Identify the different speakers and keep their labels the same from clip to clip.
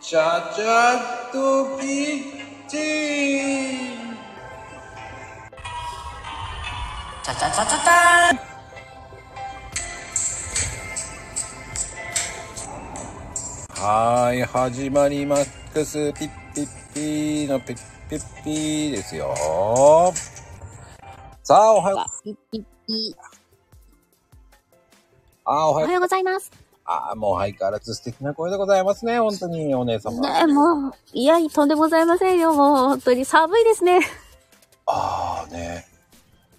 Speaker 1: チャチャットキッチン
Speaker 2: チャチャチャチャチャー
Speaker 1: はーい、始まりまックスピッピッピーのピッピッピーですよ。さあ、おはよう、
Speaker 2: ピッピッピ
Speaker 1: あー、お
Speaker 2: お
Speaker 1: はよ
Speaker 2: は
Speaker 1: う、
Speaker 2: ようございます。
Speaker 1: あー、もう相変わらず素敵な声でございますね、本当に、お姉様。
Speaker 2: ねえ、もう、いや、とんでもございませんよ。もう、本当に寒いですね。
Speaker 1: ああね、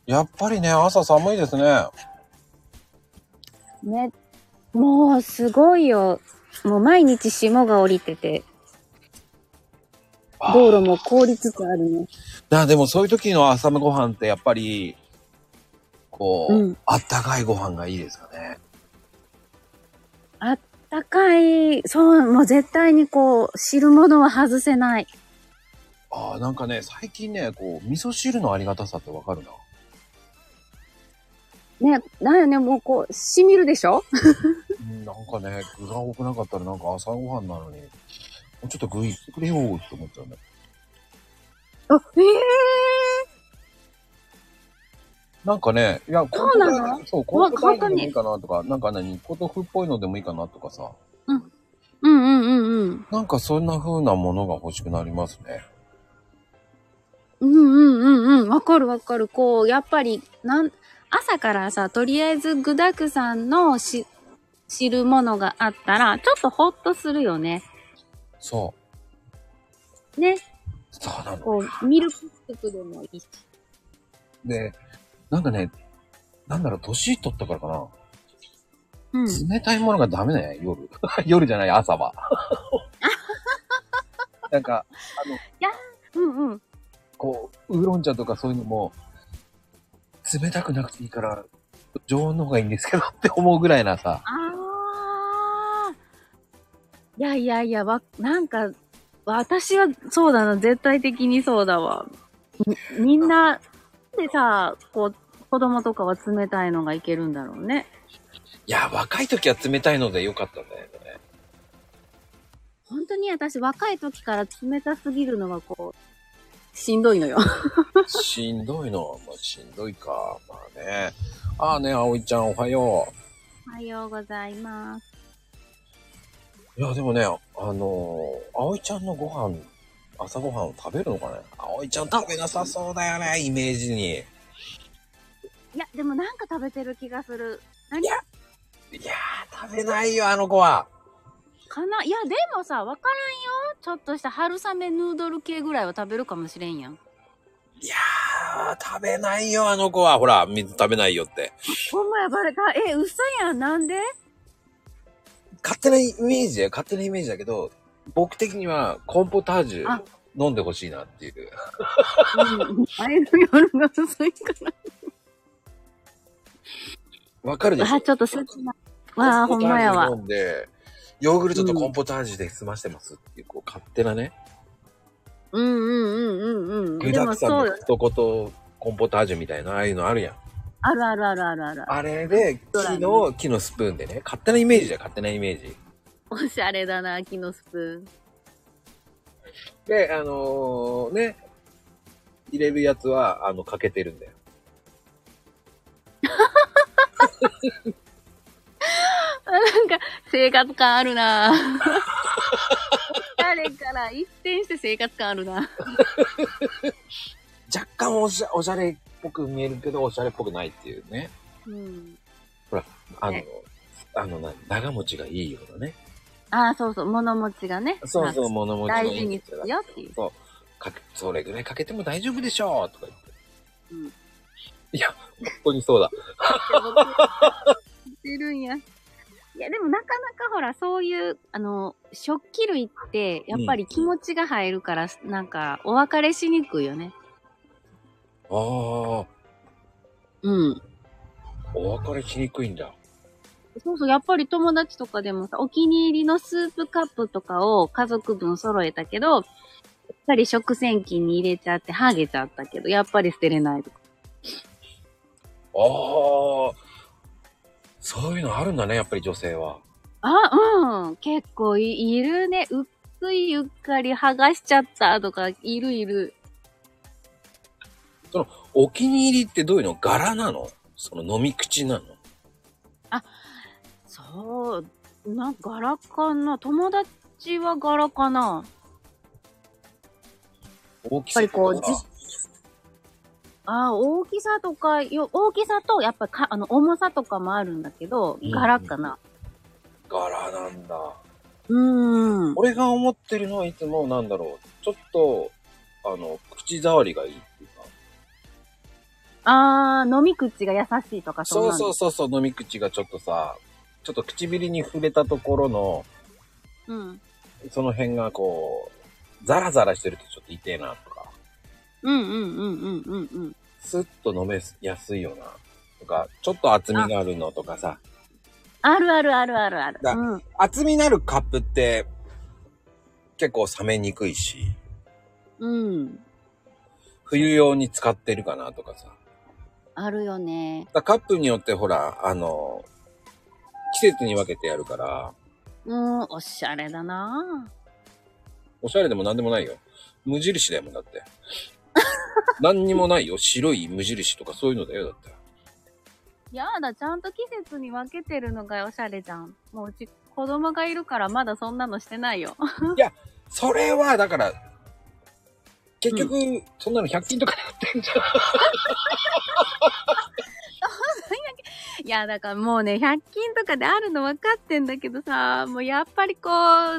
Speaker 1: やっぱりね、朝寒いですね。
Speaker 2: ね、もう、すごいよ。もう、毎日霜が降りてて、
Speaker 1: あー
Speaker 2: 道路も凍りつつあるね。
Speaker 1: なでもそういう時の朝のご飯ってやっぱり、こう、
Speaker 2: うん
Speaker 1: あったかいご飯がいいですかね。
Speaker 2: 高い、そう、もう絶対にこう、汁物は外せない。
Speaker 1: ああ、なんかね、最近ね、こう、味噌汁のありがたさってわかるな。
Speaker 2: ね、だよね、もうこう、染みるでしょ
Speaker 1: うんなんかね、具が多くなかったらなんか朝ごはんなのに、もうちょっと具いってくれよーって思っちゃうね。
Speaker 2: あ、ええ
Speaker 1: なんかね、いや、
Speaker 2: そうな
Speaker 1: コーン
Speaker 2: の
Speaker 1: フレークそう、
Speaker 2: うわ
Speaker 1: コーンフレーク
Speaker 2: 簡単
Speaker 1: で
Speaker 2: に
Speaker 1: もいいかなとか、なんか何、ポトフっぽいのでもいいかなとかさ、
Speaker 2: うんうんうんうん。
Speaker 1: なんかそんな風なものが欲しくなりますね。
Speaker 2: うんうんうんうん。わかるわかる。こう、やっぱり、なん、朝からさ、とりあえず具だくさんのし、汁物があったら、ちょっとほっとするよね。
Speaker 1: そう。
Speaker 2: ね。
Speaker 1: そうなの。
Speaker 2: こう、ミルクスープでもいいし。
Speaker 1: で、なんかね、なんだろう、年取ったからかな。
Speaker 2: うん。
Speaker 1: 冷たいものがダメね、夜。 夜じゃない、朝 は。なんか、あの、
Speaker 2: うんうん。
Speaker 1: こう、ウーロン茶とかそういうのも、冷たくなくていいから、常温の方がいいんですけどって思うぐらいなさ。
Speaker 2: あー。いやいやいや、わ、なんか、私はそうだな。絶対的にそうだわ。みみんな、でさ、こう、子供とかは冷たいのがいけるんだろうね。
Speaker 1: いや、若い時は冷たいのでよかったんだよね。
Speaker 2: 本当に私若い時から冷たすぎるのがこう、しんどいのよ。
Speaker 1: しんどいの。まあ、しんどいか。まあね。ああね、葵ちゃんおはよ
Speaker 2: おはようございます。
Speaker 1: う。いや、でもね、あのー、葵ちゃんのご飯、朝ごはんを食べるのかね葵ちゃん食べなさそうだよね、イメージに。
Speaker 2: いや、でもなんか食べてる気がする。何
Speaker 1: いやいやー、食べないよ、あの子は。
Speaker 2: かないや、でもさ、わからんよ。ちょっとした春雨ヌードル系ぐらいは食べるかもしれんやん。
Speaker 1: いやー、食べないよ、あの子は。ほら、水食べないよって。
Speaker 2: ほんまや、バレた。え、嘘やん。なんで
Speaker 1: 勝手なイメージだよ、勝手なイメージだけど、僕的にはコーンポタージュ
Speaker 2: あ
Speaker 1: 飲んでほしいなっていう。
Speaker 2: あれの夜が遅いか
Speaker 1: わかるでし
Speaker 2: ら。
Speaker 1: ょ
Speaker 2: あ、ちょっと切ない。わあ、
Speaker 1: コーン
Speaker 2: ほん
Speaker 1: ポター
Speaker 2: ま
Speaker 1: ジュ
Speaker 2: やわ
Speaker 1: 飲。んで、ヨーグルトとコーンポタージュで済ましてますっていう、こう、勝手なね、
Speaker 2: うんうんうんうんうん。
Speaker 1: 具
Speaker 2: で
Speaker 1: だ
Speaker 2: も
Speaker 1: くさん
Speaker 2: そう
Speaker 1: の
Speaker 2: よ。
Speaker 1: 一言コーンポタージュみたいな、ああいうのあるやん。
Speaker 2: あるあるあるあるある。
Speaker 1: あれで、
Speaker 2: そうだ
Speaker 1: 木
Speaker 2: ね
Speaker 1: の、木のスプーンでね、勝手なイメージだよ、勝手なイメージ。
Speaker 2: おしゃれだな、木のスプーン。
Speaker 1: で、あのーね、入れるやつは、あの、かけてるんだよ。
Speaker 2: あなんか、生活感ある なぁ。誰から一転して生活感あるな
Speaker 1: 若干おしゃおしゃれっぽく見えるけど、おしゃれっぽくないっていうね。
Speaker 2: うん。
Speaker 1: あの
Speaker 2: ね、
Speaker 1: あの、な長持ちがいいようなね。
Speaker 2: ああ、そうそう、物持ちがね。
Speaker 1: そうそう、
Speaker 2: ま
Speaker 1: 物持
Speaker 2: あ
Speaker 1: ちがい
Speaker 2: 大
Speaker 1: い
Speaker 2: 事にするよっていう。
Speaker 1: かけそれぐらいかけても大丈夫でしょうとか言って。
Speaker 2: うん
Speaker 1: いや、本当にそうだ。
Speaker 2: 言ってるんや。いや、でもなかなかほら、そういう、あの、食器類って、やっぱり気持ちが入るから、なんか、お別れしにくいよね。
Speaker 1: ああ、
Speaker 2: うん。
Speaker 1: お別れしにくいんだ。
Speaker 2: そうそう、やっぱり友達とかでもさ、お気に入りのスープカップとかを家族分揃えたけど、やっぱり食洗機に入れちゃって、ハゲちゃったけど、やっぱり捨てれないとか。
Speaker 1: ああ、そういうのあるんだね、やっぱり女性は。
Speaker 2: あ、うん。結構いいるね。うっついうっかり剥がしちゃったとか、いるいる。
Speaker 1: お気に入りってどういうの柄なのその飲み口なの
Speaker 2: そう、な、柄かな友達は柄かな
Speaker 1: 大き
Speaker 2: や
Speaker 1: さ
Speaker 2: っぱりこう
Speaker 1: とか
Speaker 2: じああ、大きさとか、よ、大きさと、やっぱか、あの、重さとかもあるんだけど、
Speaker 1: うん
Speaker 2: 柄かな。
Speaker 1: 柄なんだ。
Speaker 2: うん。
Speaker 1: 俺が思ってるのはいつもなんだろう。ちょっと、あの、口触りがいいっていうか。
Speaker 2: ああ、飲み口が優しいとか、
Speaker 1: そうそううそうそう、飲み口がちょっとさ、ちょっと唇に触れたところの、
Speaker 2: そう。うん。
Speaker 1: その辺がこう、ザラザラしてるとちょっと痛えなとか、
Speaker 2: うんうんうんうんうんうん。
Speaker 1: スッと飲めやすいよなとか、ちょっと厚みがあるのとかさ、
Speaker 2: あるあるあるあるある。
Speaker 1: だ
Speaker 2: うん。
Speaker 1: 厚みのあるカップって結構冷めにくいし、
Speaker 2: うん。
Speaker 1: 冬用に使ってるかなとかさ。
Speaker 2: あるよね。
Speaker 1: だからカップによってほら、あの、季節に分けてやるから、
Speaker 2: うん、おしゃれだな
Speaker 1: おしゃれでも何でもないよ。無印だよ、だって。 何にもないよ。白い無印とかそういうのだよ、だって。
Speaker 2: やだ、ちゃんと季節に分けてるのがおしゃれじゃん。もううち、子供がいるからまだそんなのしてないよ。
Speaker 1: それは、だから、結局、そんなの100均とかで売ってんじゃん。
Speaker 2: いや、だからもうね、100均とかであるの分かってんだけどさ、もうやっぱりこ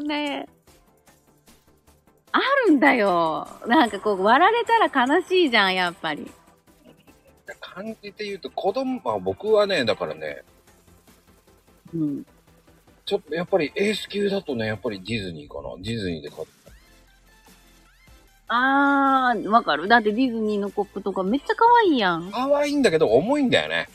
Speaker 2: うね、あるんだよ。なんかこう、割られたら悲しいじゃん、やっぱり。
Speaker 1: 感じて言うと、子供、まあ僕はね、だからね、
Speaker 2: うん。
Speaker 1: ちょっとやっぱりエース級だとね、やっぱりディズニーかな。ディズニーで買っ
Speaker 2: あー、わかる。だってディズニーのコップとかめっちゃ可愛いやん。
Speaker 1: 可愛いんだけど、重いんだよね。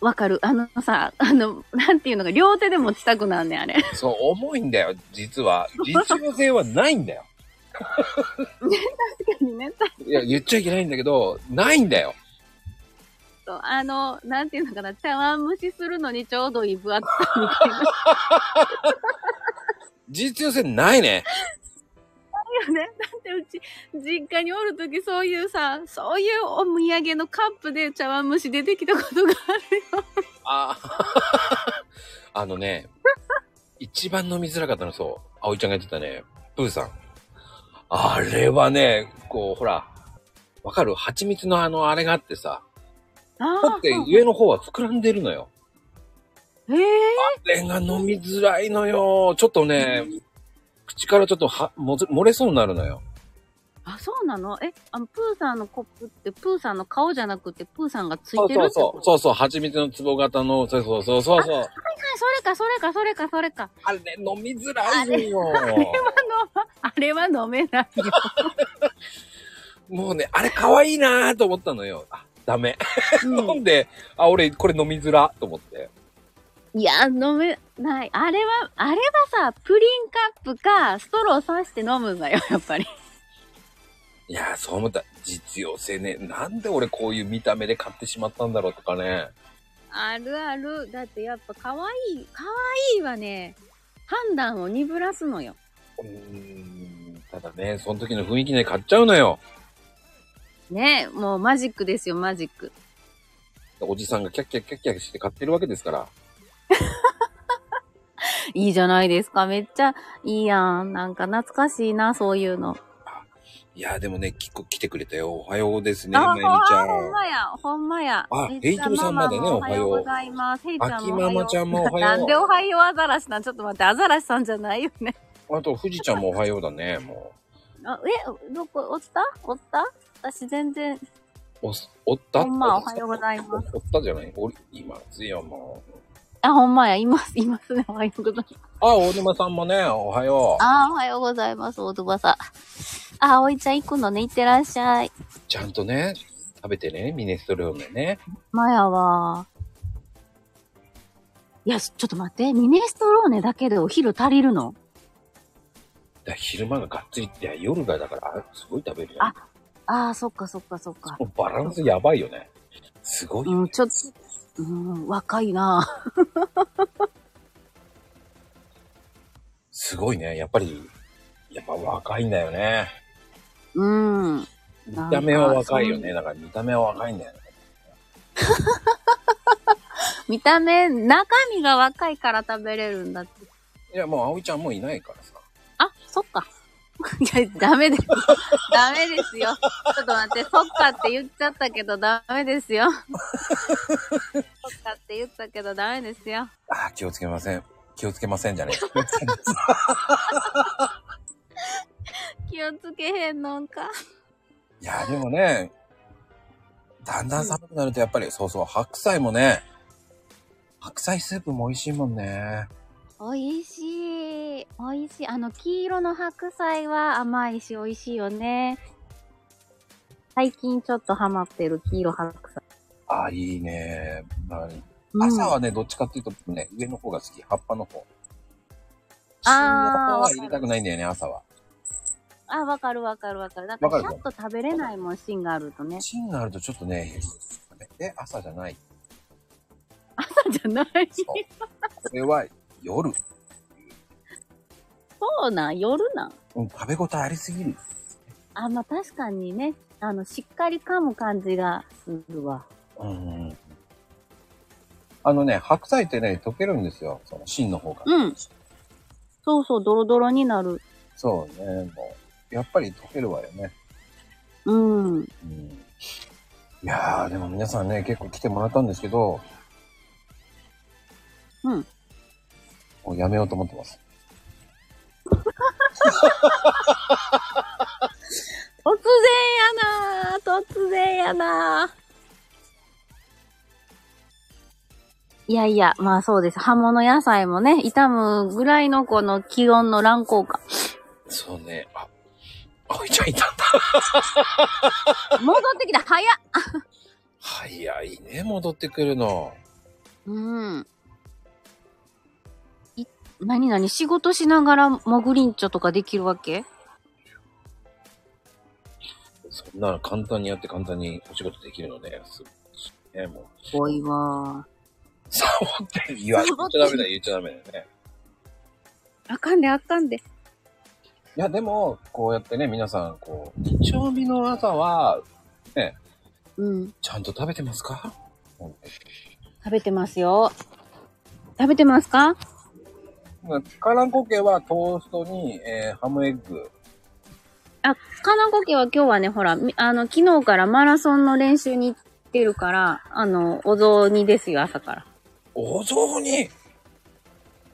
Speaker 2: わかる。あのさ、あの、なんていうのか、両手で持ちたくなんねん、あれ。
Speaker 1: そう、重いんだよ、実は。実用性はないんだよ。
Speaker 2: 確かにね、ちょっ
Speaker 1: いや、言っちゃいけないんだけど、ないんだよ。
Speaker 2: と、あの、なんていうのかな、茶碗蒸しするのにちょうどいい分厚さみたいな。
Speaker 1: 実用性ないね。
Speaker 2: よね。 だってうち、実家におるときそういうさ、そういうお土産のカップで茶碗蒸し出てきたこ とがあるよ。
Speaker 1: あ あ、あのね、一番飲みづらかったのそう、葵ちゃんが言ってたね、プーさん。あれはね、こう、ほら、わかる蜂蜜のあの、あれがあってさ、だ
Speaker 2: あ
Speaker 1: って上の方は膨らんでるのよ。
Speaker 2: ええ
Speaker 1: あれが飲みづらいのよ。ちょっとね、口からちょっとは、もず漏れそうになるのよ。
Speaker 2: あ、そうなのえ、あの、プーさんのコップって、プーさんの顔じゃなくて、プーさんがついてるってこ
Speaker 1: そう
Speaker 2: と
Speaker 1: そうそう、そうそう、蜂蜜の壺型の、そうそうそうそうそう。
Speaker 2: はい、それか、それか、それか、それか。
Speaker 1: あれ飲みづらいのよ。
Speaker 2: あれは飲めないよ。
Speaker 1: もうね、あれ可愛いなーと思ったのよ。あ、ダメ。
Speaker 2: う
Speaker 1: 飲んで、あ、俺これ飲みづらと思って。
Speaker 2: ん、いや、飲めない。あれは、あれはさ、プリンカップか、ストローさして飲むんだよ、や っぱり。
Speaker 1: いやー、そう思った。実用性ね。なんで俺こういう見た目で買ってしまったんだろうとかね。
Speaker 2: あるある。だってやっぱ可愛い、可愛いはね、判断を鈍らすのよ。
Speaker 1: うーん。ただね、その時の雰囲気で買っちゃうのよ。
Speaker 2: ねもうマジックですよ、マジック。
Speaker 1: おじさんがキャッキャッキャッキャッして買ってるわけですから。
Speaker 2: いいじゃないですか。めっちゃいいやん。なんか懐かしいな、そういうの。
Speaker 1: いやー、でもね、結構来てくれたよ。おはようですね、
Speaker 2: あ、
Speaker 1: ま
Speaker 2: ほ
Speaker 1: ゆみちゃ
Speaker 2: ほん
Speaker 1: ん。
Speaker 2: まや、ほんまや。
Speaker 1: あ
Speaker 2: めっちゃ
Speaker 1: ヘイトさんまでね
Speaker 2: ママもおはよ
Speaker 1: お
Speaker 2: う
Speaker 1: はよう
Speaker 2: ございます。ヘイちゃん
Speaker 1: 秋
Speaker 2: もおはよう。
Speaker 1: ママちゃんもおは
Speaker 2: なんで
Speaker 1: よ
Speaker 2: おはようアザラシなんちょっと待って、アザラシさんじゃないよね。
Speaker 1: う。あと、富士ちゃんもおはようだね、も
Speaker 2: あえ、どこ、おったおった私全然、
Speaker 1: う。おす、おった
Speaker 2: ほんまおはようございます。
Speaker 1: おったじゃないおり、今、つよ、もう。
Speaker 2: あ、ほんまや、います、いますね、おはようございます。
Speaker 1: あ、大沼さんもね、おはよう。
Speaker 2: あーおはようございます、おとばさん。あ、葵ちゃん行くのね、行ってらっしゃい。
Speaker 1: ちゃんとね、食べてね、ミネストローネね。
Speaker 2: まやは。いや、ちょっと待って、ミネストローネだけでお昼足りるの
Speaker 1: だから昼間ががっつりって、夜がだから、あすごい食べるよ。
Speaker 2: あああ、そっかそっかそっか。
Speaker 1: もうバランスやばいよね。すごいよ
Speaker 2: うん、ちょっと、うん、若いな
Speaker 1: すすごいね。やっぱり、やっぱ若いんだよね。
Speaker 2: うん。
Speaker 1: 見
Speaker 2: なんか
Speaker 1: た目は若いよね。だから見た目は若いんだよね。
Speaker 2: 見た目、中身が若いから食べれるんだって。
Speaker 1: いや、もう葵ちゃんもういないからさ。
Speaker 2: あ、そっか。 いや、ダメです。 ダメですよ。ちょっと待って、そっかって言っちゃったけどダメです よ。そっかって言ったけどダメですよ。
Speaker 1: ああ、気をつけません。気をつけませんじゃねえ。
Speaker 2: 気をつけへんのんか。
Speaker 1: いや、でもね、だんだん寒くなるとやっぱり、そうそう、白菜もね、白菜スープも美味しいもんね。
Speaker 2: 美味しい。美味しい。あの、黄色の白菜は甘いし美味しいよね。最近ちょっとハマってる黄色白菜。
Speaker 1: ああ、いいね。まあ
Speaker 2: うん
Speaker 1: 朝はね、どっちかっていうとね、上の方が好き。葉っぱの方。
Speaker 2: あー
Speaker 1: 芯の方は入れたくないんだよね、朝は。
Speaker 2: あ、わかるわかるわかる。だから
Speaker 1: わ
Speaker 2: シ
Speaker 1: か
Speaker 2: ャ
Speaker 1: る
Speaker 2: ッと食べれないもん、芯があるとね。
Speaker 1: 芯があるとちょっとね、え、朝じゃない。
Speaker 2: そうじゃない。
Speaker 1: そうこれは夜。
Speaker 2: そうなん、夜なん。
Speaker 1: うん、食べ応えありすぎる。
Speaker 2: あ、まあ確かにね、あの、しっかり噛む感じがするわ。
Speaker 1: うんうん。あのね、白菜ってね、溶けるんですよ。その芯の方が。
Speaker 2: うんそうそう、ドロドロになる。
Speaker 1: そうね、もう。やっぱり溶けるわよね。
Speaker 2: うん。
Speaker 1: うん。いやー、でも皆さんね、結構来てもらったんですけど。
Speaker 2: うん。
Speaker 1: もうやめようと思ってます。
Speaker 2: 突然やなぁ突然やなぁいやいや、まあそうです。葉物野菜もね、傷むぐらいのこの気温の乱高下。
Speaker 1: そうね。あ、葵ちゃんいたんだ。
Speaker 2: 戻ってきた早っ
Speaker 1: 早いね、戻ってくるの。
Speaker 2: うん。い、なになに仕事しながらモグリンチョとかできるわけ
Speaker 1: そんな簡単にやって簡単にお仕事できるので、すね、もう。
Speaker 2: すごいわ
Speaker 1: サボって言わ言っちゃダメだよ、言っちゃダメだよね。
Speaker 2: あかんであかんで。
Speaker 1: いや、でも、こうやってね、皆さん、こう、日曜日の朝は、ね、
Speaker 2: うん。
Speaker 1: ちゃんと食べてますか
Speaker 2: 食べてますよ。食べてますか
Speaker 1: カランコケはトーストに、えーハムエッグ。
Speaker 2: あ、金子家は今日はね、ほら、みあの、昨日からマラソンの練習に行ってるから、あの、お雑煮ですよ、朝から。
Speaker 1: お雑煮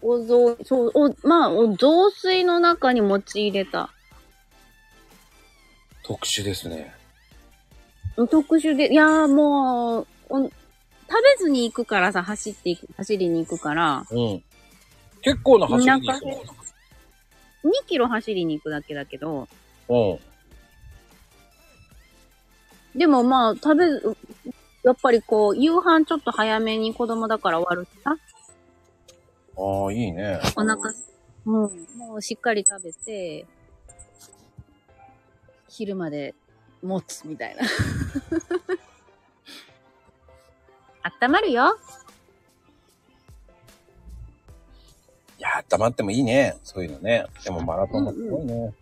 Speaker 2: お雑、そう、お、まあ、お雑炊の中に餅入れた。
Speaker 1: 特殊ですね。
Speaker 2: 特殊で、いやーもう、お食べずに行くからさ、走っていく、走りに行くから、
Speaker 1: うん。結構な走りに行く
Speaker 2: お2キロ走りに行くだけだけど、
Speaker 1: の。
Speaker 2: でもまあ、食べ、やっぱりこう、夕飯ちょっと早めに子供だから終わるしさ、
Speaker 1: うん。ああ、いいね。
Speaker 2: お腹、うん、もうしっかり食べて、昼まで持つみたいな。 温まるよ。
Speaker 1: いや、黙ってもいいね。そういうのね。でもマラソンもすごいね。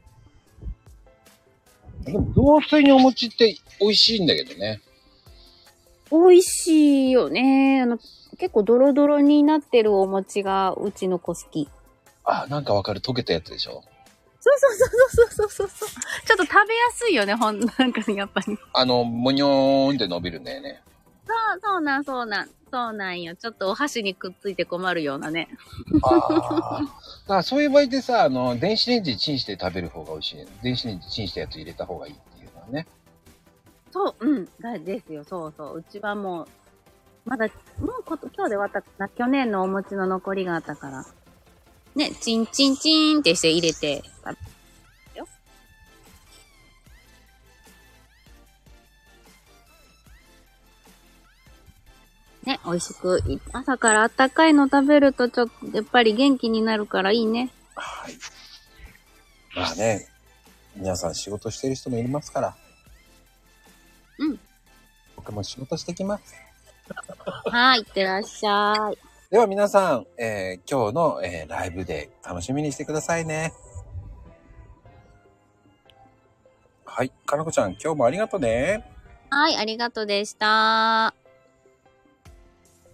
Speaker 1: でも、雑炊にお餅って美味しいんだけどね。
Speaker 2: 美味しいよね。あの、結構ドロドロになってるお餅がうちの子好き。
Speaker 1: あ、なんかわかる。溶けたやつでしょ。
Speaker 2: そうそうそうそうそうそうそう。ちょっと食べやすいよね、ほん、 なんかね、やっぱり。
Speaker 1: あの、もにょーんって伸びるんだよね。
Speaker 2: そう、そうなん、そうなん。そうなんよ。ちょっとお箸にくっついて困るようなね。
Speaker 1: ああ。だからそういう場合でさ、あの、電子レンジチンして食べる方が美味しいね。電子レンジチンしたやつ入れた方がいいっていうのはね。
Speaker 2: そう、うん、だですよ、そうそう。うちはもう、まだ、もうこと、今日で終わったかな。去年のお餅の残りがあったから。ね、チンチンチンってして入れて。あよね、美味しくい。朝からあったかいの食べると、ちょっと、やっぱり元気になるからいいね。
Speaker 1: はい。まあね、皆さん仕事してる人もいますから。
Speaker 2: うん。
Speaker 1: 僕も仕事してきます。
Speaker 2: はい、いってらっしゃい。
Speaker 1: では皆さん、えー今日の、えーライブで楽しみにしてくださいね。はい、かなこちゃん、今日もありがとうね。
Speaker 2: はい、ありがとうでした。